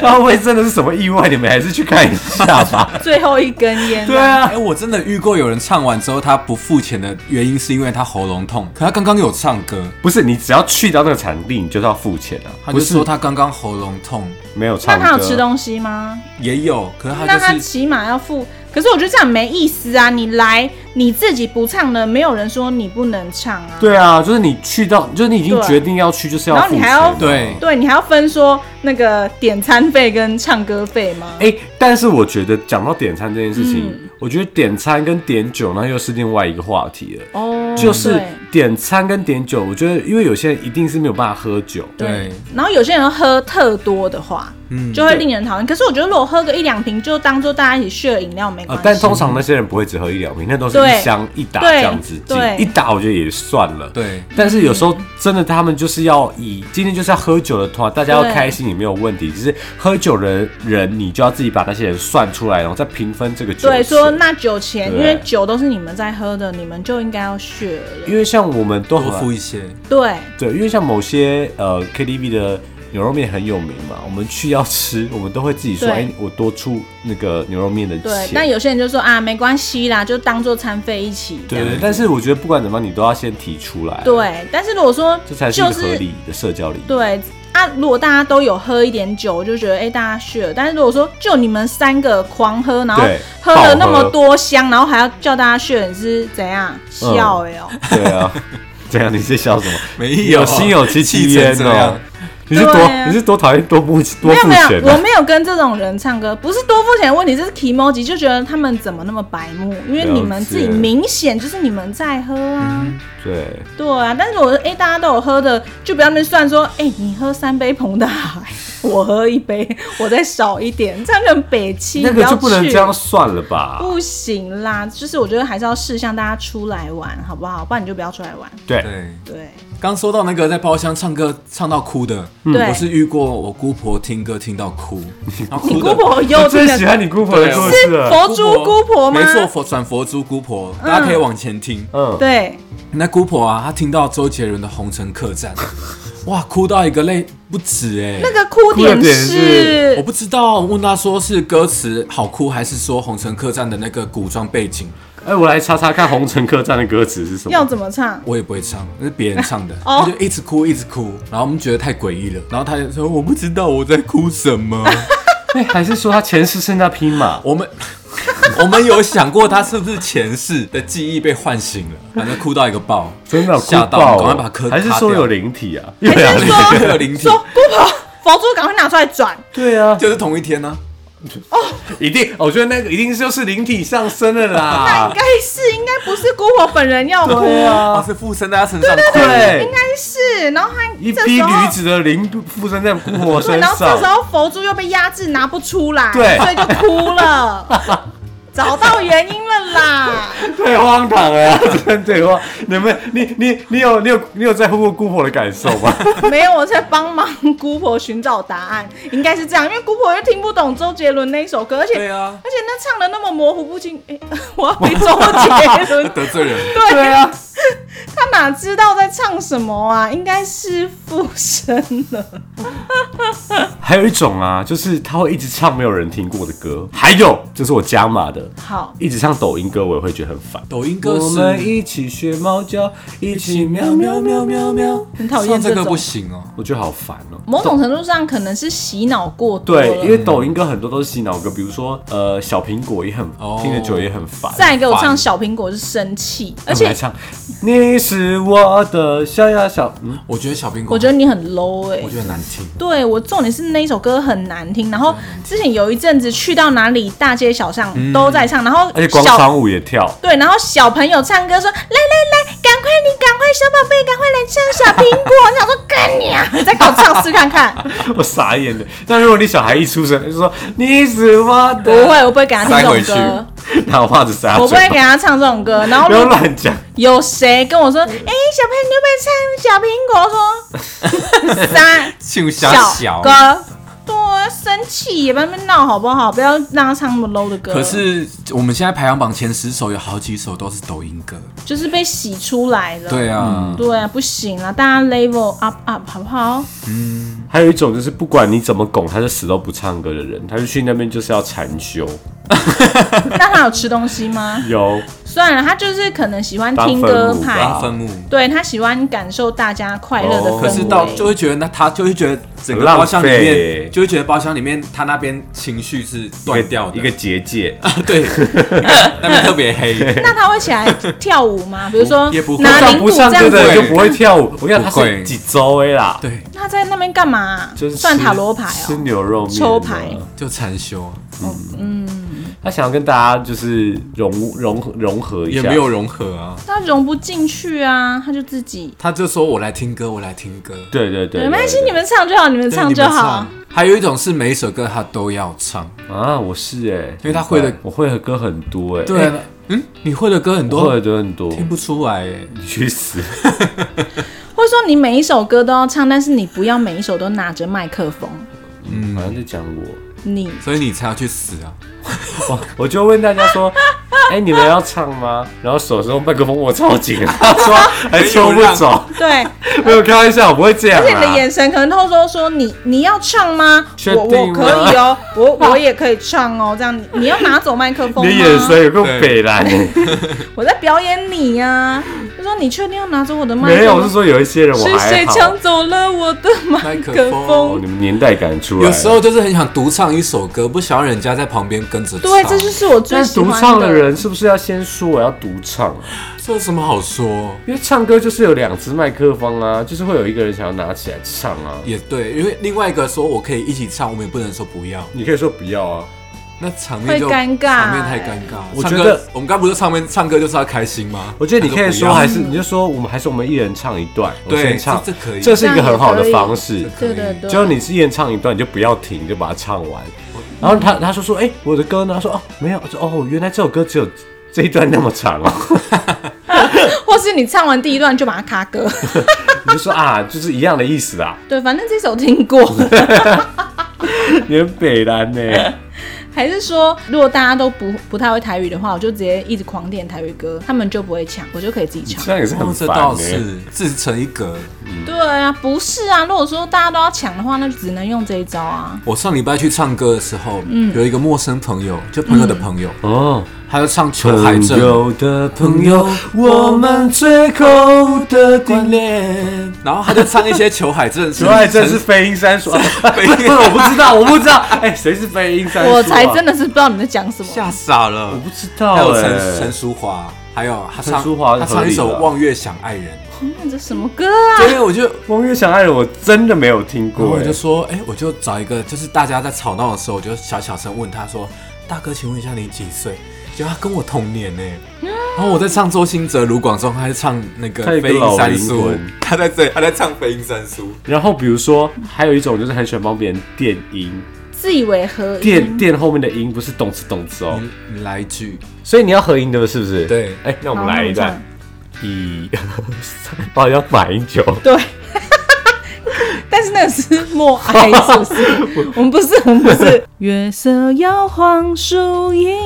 A: 他会不会真的是什么意外？你们还是去看一下吧。
B: 最后一根烟，
A: 对啊
D: 哎，，我真的遇过有人唱完之后他不付钱的原因是因为他喉咙痛，可他刚刚有唱歌，
A: 不是你只要去到那个场地，你就是要付钱啊。
D: 他
A: 不
D: 就是说他刚刚喉咙痛，
A: 没有
B: 那
A: 唱歌，
B: 他有吃东西吗？
D: 也有，可是
B: 那
D: 他
B: 他
D: 就是
B: 起码要付。可是我觉得这样没意思啊！你来你自己不唱呢，没有人说你不能唱啊。
A: 对啊，就是你去到，就是你已经
B: 对
A: 决定要去，就是要
B: 然后
A: 付
B: 你
A: 钱
B: 还
A: 啊。
B: 要
D: 对
B: 对你还要分说那个点餐费跟唱歌费吗？
A: 哎、但是我觉得讲到点餐这件事情，
B: 嗯
A: 我觉得点餐跟点酒那又是另外一个话题了。
B: 哦，
A: 就是
B: 对
A: 点餐跟点酒，我觉得因为有些人一定是没有办法喝酒，
D: 对，
B: 然后有些人喝特多的话，
D: 嗯
B: 就会令人讨厌。可是我觉得如果喝个一两瓶，就当做大家一起 share 饮料没
A: 啊、
B: 关系。
A: 但通常那些人不会只喝一两瓶，那都是
B: 对
A: 一箱一打
B: 对
A: 这样子进
B: 对，
A: 一打我觉得也算了。。
D: 对，
A: 但是有时候真的，他们就是要以今天就是要喝酒的团，大家要
B: 对
A: 开心也没有问
B: 嗯
A: 题。只是喝酒的人，你就要自己把那些人算出来，然后再平分这个酒钱。
B: 对，说那酒钱，因
A: 对
B: 为酒都是你们在喝的，你们就应该要 share 了。
A: 因为像我们都
D: 多
A: 很
D: 付一些，
B: 对，
A: 对，因为像某些呃 KTV 的牛肉面很有名嘛，我们去要吃，我们都会自己说，
B: 对
A: 哎、我多出那个牛肉面的
B: 对
A: 钱。，
B: 但有些人就说啊，没关系啦，就当做餐费一起。
A: 对对但是我觉得不管怎么样，你都要先提出来。，
B: 对，但是如果说
A: 这才是一
B: 就
A: 个合
B: 是
A: 理的社交礼仪。
B: 对啊，如果大家都有喝一点酒，我就觉得哎、诶大家 share。但是如果说就你们三个狂喝，然后
A: 对
B: 喝了那
A: 爆
B: 么
A: 喝
B: 多箱，然后还要叫大家 share，你是怎样
A: 嗯
B: 笑哎、哦？
A: 对啊， 怎样？你是笑什么？
D: 没
A: 你
D: 有
A: 有心有戚戚焉
D: 气成这
A: 哦
D: 样。
A: 你是多、
B: 对啊
A: 你是多讨厌多付多
B: 没有
A: 付
B: 没有，
A: 钱
B: 我
A: 啊？
B: 没有跟这种人唱歌，不是多付钱的问题，这是 emoji，就觉得他们怎么那么白目？因为
A: 了
B: 你们自己
A: 解嗯
B: 明显就是你们在喝啊，
A: 对，
B: 对啊。但是我哎、诶大家都有喝的，就不要那边算说，哎、你喝三杯彭大海， 我喝一杯，我再少一点，这样就很北 七，
A: 那个就不能
B: 要去
A: 这样算了吧？
B: 不行啦，就是我觉得还是要适向大家出来玩，好不好？不然你就不要出来玩。
A: 对，
D: 对，
B: 对，
D: 刚说到那个在包厢唱歌唱到哭的，
B: 对
D: 我是遇过我姑婆听歌听到哭，然后
B: 你
D: 哭
B: 姑
D: 的。
B: 婆
A: 我
B: 又
A: 最
B: 真
A: 喜欢你姑婆的故
B: 是
A: 事了。
B: 佛珠姑婆吗？
D: 没错，，佛转佛珠姑婆，大家可以往前听。
A: 嗯，
B: 对，
D: 那姑婆啊，她听到周杰伦的《红尘客栈》，哇，哭到一个泪不止哎、
B: 那个哭
A: 哭
B: 点
A: 的点是
D: 我
B: 是，
D: 不知道，我问她说是歌词好哭，还是说《红尘客栈》的那个古装背景，
A: 哎、我来查查看《红尘客栈》的歌词是什么。
B: 要怎么唱？
D: 我也不会唱，那是别人唱的。
B: 哦
D: 她就一直哭，一直哭，然后我们觉得太诡异了，然后她就说我不知道我在哭什么。
A: 哎、还是说他前世是那匹马？
D: 我们我们有想过他是不是前世的记忆被唤醒了，反正哭到一个爆，
A: 真的啊
D: 吓
A: 哭爆
D: 到，
A: 了
D: 赶快把科
A: 还是说有灵体啊？
B: 还
A: 对啊，
B: 是说
D: 有灵体
B: 说，姑婆佛珠赶快拿出来转？
A: 对啊，
D: 就是同一天呢、
A: 一定，哦我觉得那个一定就是灵体上身了
B: 那
A: 啦
B: 应。该是，应该不是姑婆本人要哭，
A: 啊对
B: 应
D: 啊，
A: 啊，
D: 是附身在他身上哭，
A: 对，
B: 该是。然后他
A: 一
B: 这
A: 匹
B: 时
A: 驴
B: 候。
A: 子的灵附身在姑婆
B: 对，
A: 身
B: 然后这时
A: 上。
B: 候佛珠又被压制，拿不出来，
A: 对
B: 所以就哭了。 找到原因了啦。
A: 太荒唐了啊， 真对话。你们，你你你有你有你有在乎过姑婆的感受吗？
B: 没有，我在帮忙姑婆寻找答案，应该是这样，因为姑婆又听不懂周杰伦那一首歌，而且、
D: 对啊
B: 而且那唱的那么模糊不清，哎、我要被周杰伦
D: 得罪人。
B: 对
A: 对啊，
B: 他哪知道在唱什么啊？应该是附身了。
A: 还有一种啊，就是他会一直唱没有人听过的歌。还有，这是我加码的，
B: 好，
A: 一直唱抖音歌，我也会觉得很烦。
D: 抖音歌是
A: 一起学猫叫，一起
C: 喵喵喵喵喵，
B: 很讨厌
D: 唱这
B: 这
D: 个
B: 种
D: 不。行哦。
A: 我觉得好烦哦、
B: 某种程度上可能是洗脑过多
A: 对，因
B: 了。
A: 为抖音歌很多都是洗脑歌，比如说呃小苹果也很、
D: 哦
A: 听得久也很烦。
B: 再给我唱
D: 烦
B: 小苹果是生气，而
A: 而
B: 且
A: 且唱你是我的小呀小，嗯，
D: 我觉得小苹果，
B: 我觉得你很 low 哎、
D: 我觉得难听。
B: 对我重点是那一首歌很难听，然后之前有一阵子去到哪里大街小巷都在唱，然后
A: 嗯而且广
B: 小
A: 场舞也跳。
B: 对，然后小朋友唱歌说来来来，赶快你赶快小宝贝赶快来唱小苹果，我想说干你啊，你再给我唱试看看，
A: 我傻眼了。但如果你小孩一出生就说你是我
B: 不
A: 的，
B: 会，我不会给他听这
D: 塞
B: 种
D: 回去
B: 歌，
A: 拿袜子
D: 啊
A: 塞他
B: 我不
A: 嘴
B: 会
A: 巴
B: 给他唱这种 歌，然后
A: 不
B: 如
A: 要
B: 果
A: 乱讲。
B: 有谁跟我说，哎、
D: 嗯
B: 小朋友你会不 会唱小苹果？我说三。
D: 就像
B: 小
D: 小
B: 哥，对，啊生气也不要在那边闹好不好？不要让他唱那么 low 的歌。
D: 可是我们现在排行榜前十首有好几首都是抖音歌。
B: 就是被洗出来了。
D: 对啊，
B: 对啊，不行了，大家 level up up 好不好？
A: 还有一种就是不管你怎么拱，他就死都不唱歌的人，他就去那边就是要禅修。
B: 那他有吃东西 吗？
A: 有，
B: 算了，他就是可能喜欢
A: 当
B: 听
A: 分
B: 歌
A: 母
B: 派
A: 吧，
D: 当分母。
B: 对他喜欢感受大家快乐的氛
A: 哦
B: 围。
D: 可是到就会觉得那他就会觉得整个
A: 很浪
D: 包厢里
A: 费
D: 面就会觉得包厢里面他那边情绪是断掉的，啊
A: 一个结界，
D: 对， 那边特 别黑。
B: 那他会起来跳舞吗？比如说
D: 也不会
B: 拿
D: 他
A: 唱
B: 铃
A: 不
B: 鼓这
A: 上
B: 样
A: 歌的人
B: 子，
A: 就不会跳舞。我跟你讲，他
D: 不会
A: 是几周哎啦，，
D: 对，
B: 他在那边干嘛？
A: 就是
B: 算
A: 吃
B: 塔罗牌
A: 吃
B: 哦。
A: 牛肉面啊
B: 抽牌
D: 就禅修
A: 他想要跟大家就是融融融合一
D: 也
A: 下，
D: 没有融合啊。
B: 他融不进去啊，他就自己。
D: 他就说我来听歌，我来听歌，
A: 对对对，
B: 没关系，
A: 对
B: 你们唱就好，你们
D: 对
B: 唱
D: 你
B: 就
D: 们
B: 好。
D: 还有一种是每一首歌他都要唱，
A: 啊，我是哎，
D: 因为他会的
A: 我会的歌很多哎，
D: 对
A: 哎，
D: 啊，嗯，你会的歌很
A: 我会
D: 多
A: 的，歌很多，
D: 听不出来哎。
A: 你去死！
B: 或者说你每一首歌都要唱，但是你不要每一首都拿着麦克风。
A: 嗯，好像在讲我，
B: 你
D: 所以你才要去死啊！
A: 我我就问大家说， 哎、你们要唱吗？然后手是用麦克风握超紧， 他说还抽不走，
B: 对，
A: 没有开玩笑，我不会这样啊
B: 而且你的
A: 啦。
B: 眼神可能透露说你你要唱吗？
A: 确
B: 我
A: 定
B: 我
A: 吗
B: 可以哦， 我我也可以唱哦，这样你你要拿走麦克风
A: 你的
B: 吗？
A: 眼神有够北蓝、
B: 我在表演你呀、就说你确定要拿走我的麦克风？
A: 没有，我是说有一些人我
B: 是
A: 还
B: 谁
A: 好
B: 抢。走了我的麦
D: 麦
B: 克
D: 克
A: 哦，
B: 风
D: 风？
A: 你们年代感出来了。
D: 有时候就是很想独唱一首歌，不想让人家在旁边跟着唱。
B: 对，这就是我最
A: 但是
B: 喜
A: 独
B: 欢
A: 唱的人是不是要先说我要独唱？啊
D: 这有什么好说？
A: 因为唱歌就是有两只麦克风啊，就是会有一个人想要拿起来唱啊。
D: 也对，因为另外一个说我可以一起唱，我们也不能说不要，
A: 你可以说不要啊，
D: 那场面就
B: 会尴尬
D: 场面太尴尬了。
A: 我
D: 唱
A: 觉
D: 歌
A: 得
D: 我们刚不是唱歌唱歌就是要开心吗？嗯
A: 我觉得你可以说，
D: 那
A: 还
D: 就不
A: 是你就说我们还是我们一人唱一段，我
D: 对
A: 先唱，
D: 这这可以
A: 这是一个很好的方
D: 要
A: 式。
B: 对对对，
A: 就是你是一人唱一段，你就不要停，就把它唱完。然后他他说说，哎、我的歌呢？他说哦，没有。我说哦，原来这首歌只有这一段那么长 哦。
B: 或是你唱完第一段就把它卡歌。
A: 你就说啊，就是一样的意思啊啦。
B: 对，反正这首听过 了。
A: 你很北兰呢、
B: 还是说，如果大家都不不太会台语的话，我就直接一直狂点台语歌，他们就不会抢，我就可以自己唱
A: 这。样也是很
D: 哦这
A: 烦欸
D: 倒
A: 呢、
D: 是自成一格。
A: 嗯
B: 对啊，不是啊，如果说大家都要抢的话，那就只能用这一招啊。
D: 我上礼拜去唱歌的时候，
A: 嗯
D: 有一个陌生朋友，就朋友的朋友，
A: 哦，
D: 他就唱《求海
A: 朋
D: 正》，
A: 友的朋友，我们最后的定恋。
D: 然后他就唱一些《求海正》，
A: 此外，这是飞鹰山说，
D: 飞 鹰
A: 我不知道，我不知道，哎、谁是飞鹰山、啊？
B: 我才真的是不知道你在讲什么。
D: 吓傻了
A: 我。不知
D: 还
A: 道
D: 有
A: 哎、
D: 陈陈淑华，还有他
A: 陈
D: 唱
A: 淑华是
D: 他
A: 合
D: 唱一
A: 理
D: 首
A: 的啊
D: 《望月想爱人
B: 哦那这什么歌啊》，？
D: 对，我就
A: 王月想爱人，我真的没有听
D: 然后
A: 过、
D: 我
A: 哎
D: 就说，哎、我就找一个，就是大家在吵闹的时候，我就小小声问他说：“大哥，请问一下你几岁？”结果他跟我同年呢、然后我在唱周兴哲、卢广仲，他在唱那个
A: 他有
D: 《
A: 一个
D: 飞鹰三
A: 老灵
D: 叔》
A: 魂，
D: 他在这里，他在唱《飞鹰三叔》。
A: 然后比如说，还有一种就是很喜欢帮别人垫音，
B: 自以为合
A: 垫
B: 音。
A: 垫后面的音不是动词动词哦，
D: 你你来一句，
A: 所以你要合音的，是不是？
D: 对
A: 哎，那我们
B: 好
A: 来一
B: 那我
A: 段
B: 们，
A: 一， 好像马英九，
B: 对。 但是那个是默哀，是不是？我们不是，我们不是。月色摇晃树影，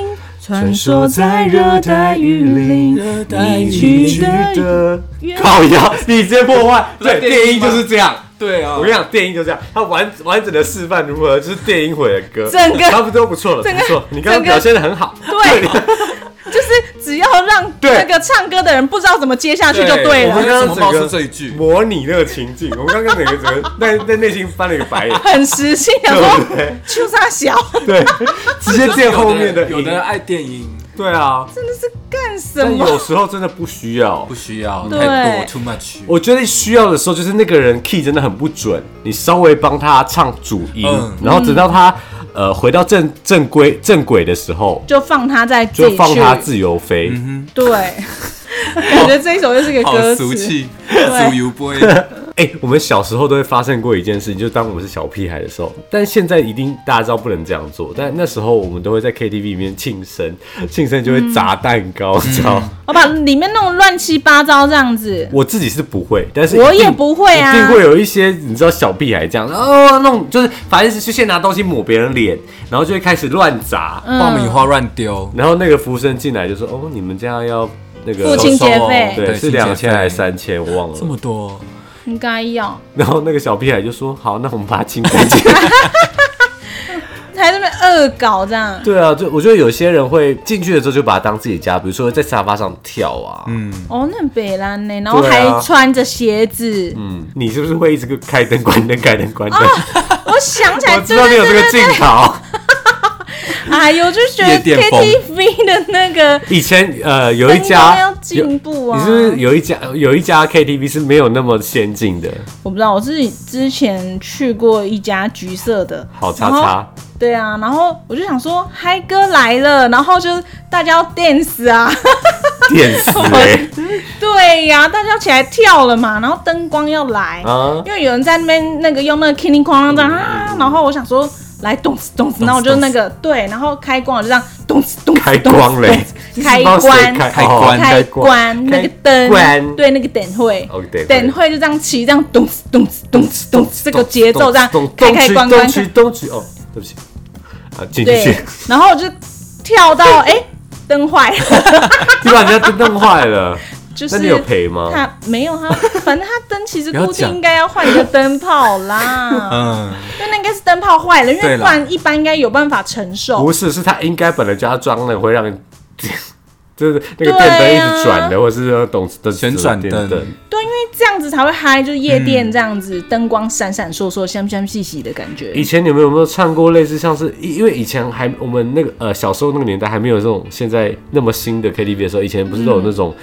B: 穿梭在热带雨林，
C: 热带
B: 你
C: 雨
B: 去
C: 林，
B: 的
A: 的
B: 远
A: 靠腰，你直接破坏。不对，
D: 对
A: 电音就是这样。
D: 对啊
A: 我跟你讲，电音就这样，它完完整的示范如何就是电音毁了歌，
B: 整个
A: 差不多不错了，
B: 整个
A: 不错。你刚刚
B: 整个
A: 表现的很好，
B: 对， 就是只要让
A: 对
B: 那个唱歌的人不知道怎么接下去就对
A: 我
B: 了
A: 们。刚
D: 哎
A: 刚
D: 怎么
A: 整
D: 冒
A: 个
D: 出这一句
A: 模拟那个情境，我们刚刚整个整个在在内心翻了一个白眼，
B: 很实心，想
A: 对不
B: 说
A: 对？
B: 就差小，
A: 对，直接
D: 就是
A: 垫
D: 有的
A: 后面的
D: 人有的人
A: 音
D: 爱电影，
A: 对啊，
B: 真的是干什
A: 但有
B: 么？
A: 时候真的不需要
D: 不。需要
B: 对
D: 太多 too much。
A: 我觉得需要的时候，就是那个人 key 真的很不准，你稍微帮他唱主音，
D: 嗯
A: 然后等到他呃回到正正规正轨的时候，
B: 就放他在自
A: 就
B: 己去，
A: 放他自由飞。嗯
B: 对， 感觉这一首就是一个
D: 好
B: 歌
D: 俗
B: 词，
D: 气，俗油 boy，对
A: 哎、我们小时候都会发生过一件事情，就当我们是小屁孩的时候，但现在一定大家知道不能这样做，但那时候我们都会在 KTV 里面庆生，庆生就会砸蛋糕，你知道？
B: 我把里面弄得乱七八糟这样子。
A: 我自己是不会，但是
B: 我
A: 一定
B: 也不会啊
A: 一定会有一些你知道小屁孩这样，哦，弄就是反正是先拿东西抹别人脸，然后就会开始乱砸，
B: 嗯
D: 爆米花乱丢，
A: 然后那个服务生进来就说，哦，你们家要那个
B: 父亲节费
A: 对是
D: 清洁
A: 两千还
D: 费
A: 是三千，我忘了
D: 这。么多，
B: 应该要，
A: 然后那个小屁孩就说，好，那我们把它清干净。
B: 还在那边恶搞这样，
A: 对啊，就我觉得有些人会进去的时候就把它当自己家，比如说在沙发上跳啊。嗯
B: 哦，那很北兰呢，然后
A: 对
B: 还
A: 啊嗯
B: 穿着鞋子，
A: 你是不是会一直开灯关 灯开灯关灯？
B: 我想起 来，
A: 我知
B: 哦对
A: 道你
B: 对
A: 有这
B: 对
A: 个
B: 对，
A: 镜头。
B: 哎呦，就觉得
D: 夜店风
B: KTV 的那个
A: 以前呃有一家
B: 要进步
A: 有
B: 啊
A: 你是不是有一家有一家 KTV 是没有那么先进 的？
B: 我不知道，我自己之前去过一家橘色的，
A: 好叉
B: 然后
A: 叉，
B: 对啊，然后我就想说嗨哥来了，然后就大家要 dance 啊，
A: 电死欸
B: 对呀、大家要起来跳了嘛，然后灯光要来，
A: 啊！嗯
B: 因为有人在那边那个用那个 k i n g k n g 这样啊，然后我想说来动次动次，然后我就那个对，然后开关我就这样动次动次
A: 开光嘞，
B: 动次开
A: 不知道谁
B: 关
A: 开
D: 开关
A: 哦
B: 开
A: 开
B: 关那
A: 开
B: 个
A: 关
B: 灯，对那个灯会
A: 哦灯会，
B: 灯会就这样骑，这样咚哧咚哧咚哧咚哧，这个节奏这样
A: 咚
B: 开开关关
A: 东，区东区哦，对不起啊，进进去
B: 对，然后我就跳到哎灯坏了，
A: 你把人家灯弄坏了，
B: 就是
A: 那你有赔吗？
B: 他没有他，反正他灯其实
D: 不要
B: 固定
D: 讲
B: 应该要换一个灯泡啦，
D: 嗯，
B: 因为那应该是灯泡坏了，因
D: 对
B: 为
D: 啦
B: 不然一般应该有办法承受
A: 不。是，是他应该本来就要装那个会让你，就是那个
B: 对啊
A: 电灯一直转的，或者是懂的
D: 旋转
A: 电
D: 灯
A: 灯。
B: 对，因为这样子才会嗨，就是夜店这样子，灯光闪闪烁烁、香香细细的感觉。
A: 以前你们有没有唱过类似像是，因因为以前还我们那个呃小时候那个年代还没有这种现在那么新的 KTV 的时候，以前不是都有
B: 嗯
A: 那种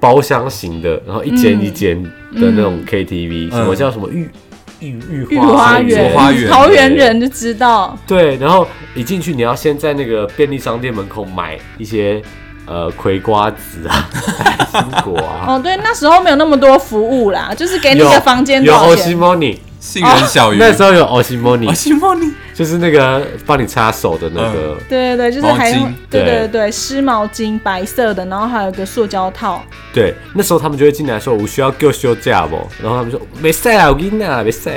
A: 包厢型的，然后一间一间的那种 KTV，、什么
D: 嗯
A: 叫什么玉玉
B: 御
A: 玉
B: 花
D: 园花
B: 园，
D: 园
B: 桃园人就知道，
A: 对，然后一进去，你要先在那个便利商店门口买一些呃葵瓜子啊、苹果啊，
B: 哦，对，那时候没有那么多服务啦，就是给你一个房间多
A: 有
B: 少
A: o s i
B: 钱？
A: m o n i
D: 杏仁小鱼，
A: 哦那时候有 o s i m o n
D: 我
A: i
D: 希望你
A: 就是那个帮你擦手的那个。
B: 对对对，就是
D: 毛
B: 还
D: 巾
B: 对对
A: 对
B: 对对湿毛巾，白色的，然后还有一个塑胶套，
A: 对，那时候他们就会进来说：“我需要给我休假不？”然后他们说：“没赛啊，我跟你讲，没赛。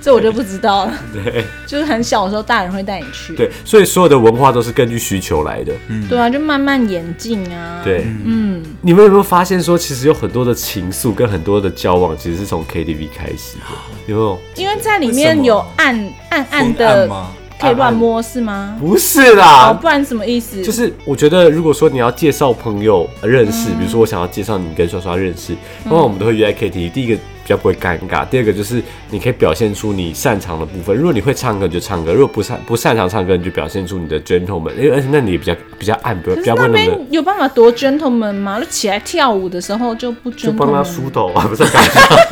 B: 这我就不知道了。”
A: 对
B: 就是很小的时候，大人会带你去，
A: 对，所以所有的文化都是根据需求来的。
B: 对啊，就慢慢演进啊。，
A: 嗯对，嗯，你们有没有发现说，其实有很多的情愫跟很多的交往，其实是从 KTV 开始的？有没有？
B: 因为在里
D: 为什
B: 面
D: 么
B: 有暗暗暗
D: 昏暗
B: 的，
D: 吗？
B: 可以乱摸是吗？
A: 不是
B: 哦，
A: 啦，
B: 不然什么意思？
A: 啊就是我觉得，如果说你要介绍朋友呃认识，
B: 嗯
A: 比如说我想要介绍你跟刷刷认识，通常我们都会约在 KTV。第一个比较不会尴尬，第二个就是你可以表现出你擅长的部分。如果你会唱歌，你就唱歌；如果不擅不擅长唱歌，你就表现出你的 gentleman，因为而且那你也比较比较暗，比较
B: 可
A: 比
B: 是
A: 较
B: 那
A: 温柔的，
B: 边有办法多 gentleman 吗？就起来跳舞的时候就不 gentleman，
A: 就帮他梳头啊，不是。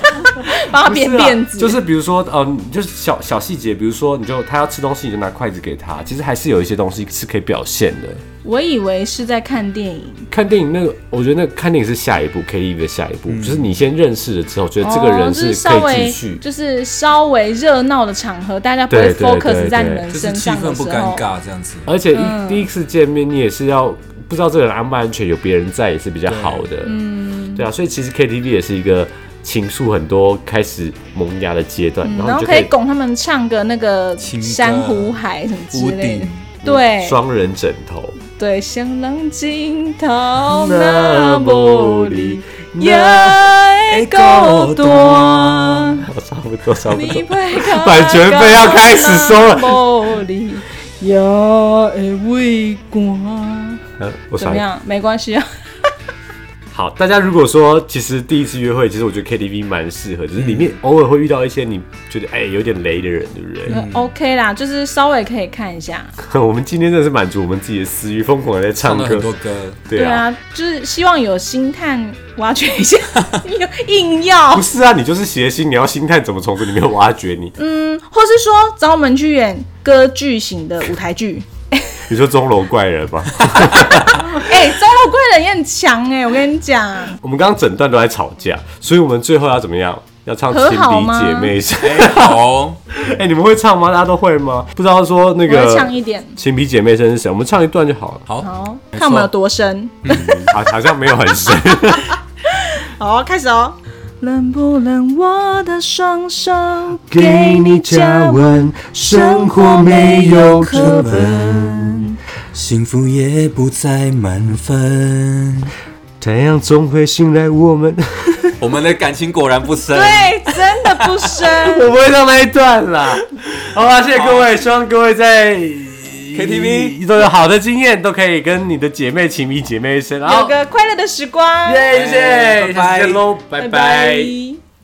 B: 帮他
A: 不是
B: 编
A: 啊
B: 嗯辫子，
A: 就是比如说，嗯，就是小小细节，比如说，你就他要吃东西，你就拿筷子给他。其实还是有一些东西是可以表现的。
B: 我以为是在看电影，
A: 看电影那个，我觉得那个看电影是下一步 KTV 的下一步，就是你先认识了之后，觉得这个
B: 嗯哦
A: 人
B: 就是稍
A: 可以继
B: 微
A: 续。
B: 就是稍微热闹的场合，大家不会
A: 对对对
B: focus 在你们
D: 就是
B: 身
D: 气
B: 上
D: 氛
B: 的
D: 不
B: 时
D: 尴
B: 候。
D: 尬这样子，
A: 而且一、
B: 嗯
A: 第一次见面，你也是要不知道这个人安不安全，有别人在也是比较好的。嗯，对啊，所以其实 KTV 也是一个情愫很多开始萌芽的阶段，
B: 嗯
A: 然
B: 然
A: 后
B: 后
A: 你就
B: 可以拱他们唱个那个
D: 情歌
B: 珊瑚海什么之
D: 屋
B: 类的
D: 顶，
B: 对
A: 双人枕头，
B: 对，像浪惊涛哦那无力，也够多。
A: 我哦差不多，差不
B: 你
A: 多。
B: 配卡
A: 版权费要开始收了
B: 无力也会畏寒。
A: 嗯，我
B: 怎
A: 想
B: 么样？没关系啊。
A: 好，大家如果说其实第一次约会，其实我觉得 KTV 蛮适合，只是里
B: 嗯
A: 面偶尔会遇到一些你觉得哎、有点雷的人，对不对？
B: OK 啦，就是稍微可以看一下，
A: 我们今天真的是满足我们自己的私欲，疯狂的在唱
D: 唱了很
A: 歌
D: 多。 歌，
A: 对啊，
B: 啊，就是希望有星探挖掘一下，硬要
A: 不，是啊，你就是谐星，你要心态怎么从这里面挖掘你？
B: 嗯，或是说找我们去演歌剧型的舞台剧。
A: 你说钟楼怪人吗？
B: 哎、中老贵人也很强哎、我跟你讲，
A: 我们刚刚整段都在吵架，所以我们最后要怎么样？要唱
B: 和
A: 情
B: 好
A: 敌
B: 吗
A: 姐妹声。
D: 好哦，
A: 哎、你们会唱吗？大家都会吗？不知道说那
B: 我会
A: 个
B: 唱一点，
A: 情敌姐妹声是谁？我们唱一段就好了。
D: 好，
B: 好，
D: 没错
B: 看我们有多深。
A: 好，好像没有很深。
B: 好，开始哦。能不能我的双手
A: 给你加温，生活没有课本。
B: 本？
C: 幸福也不再满分。
A: 太阳总会醒来，我们
D: 我们的感情果然不深，
B: 对，真的不深。
A: 我不会唱那一段啦。 好啦，谢谢各位，希望各位在
D: KTV
A: 都有好的经验，都可以跟你的姐妹、情迷姐妹一声。
B: 有
A: 好，
B: 个快乐的时光。
A: 耶，谢谢，
D: 拜拜
A: 下次见喽，拜拜。
B: 拜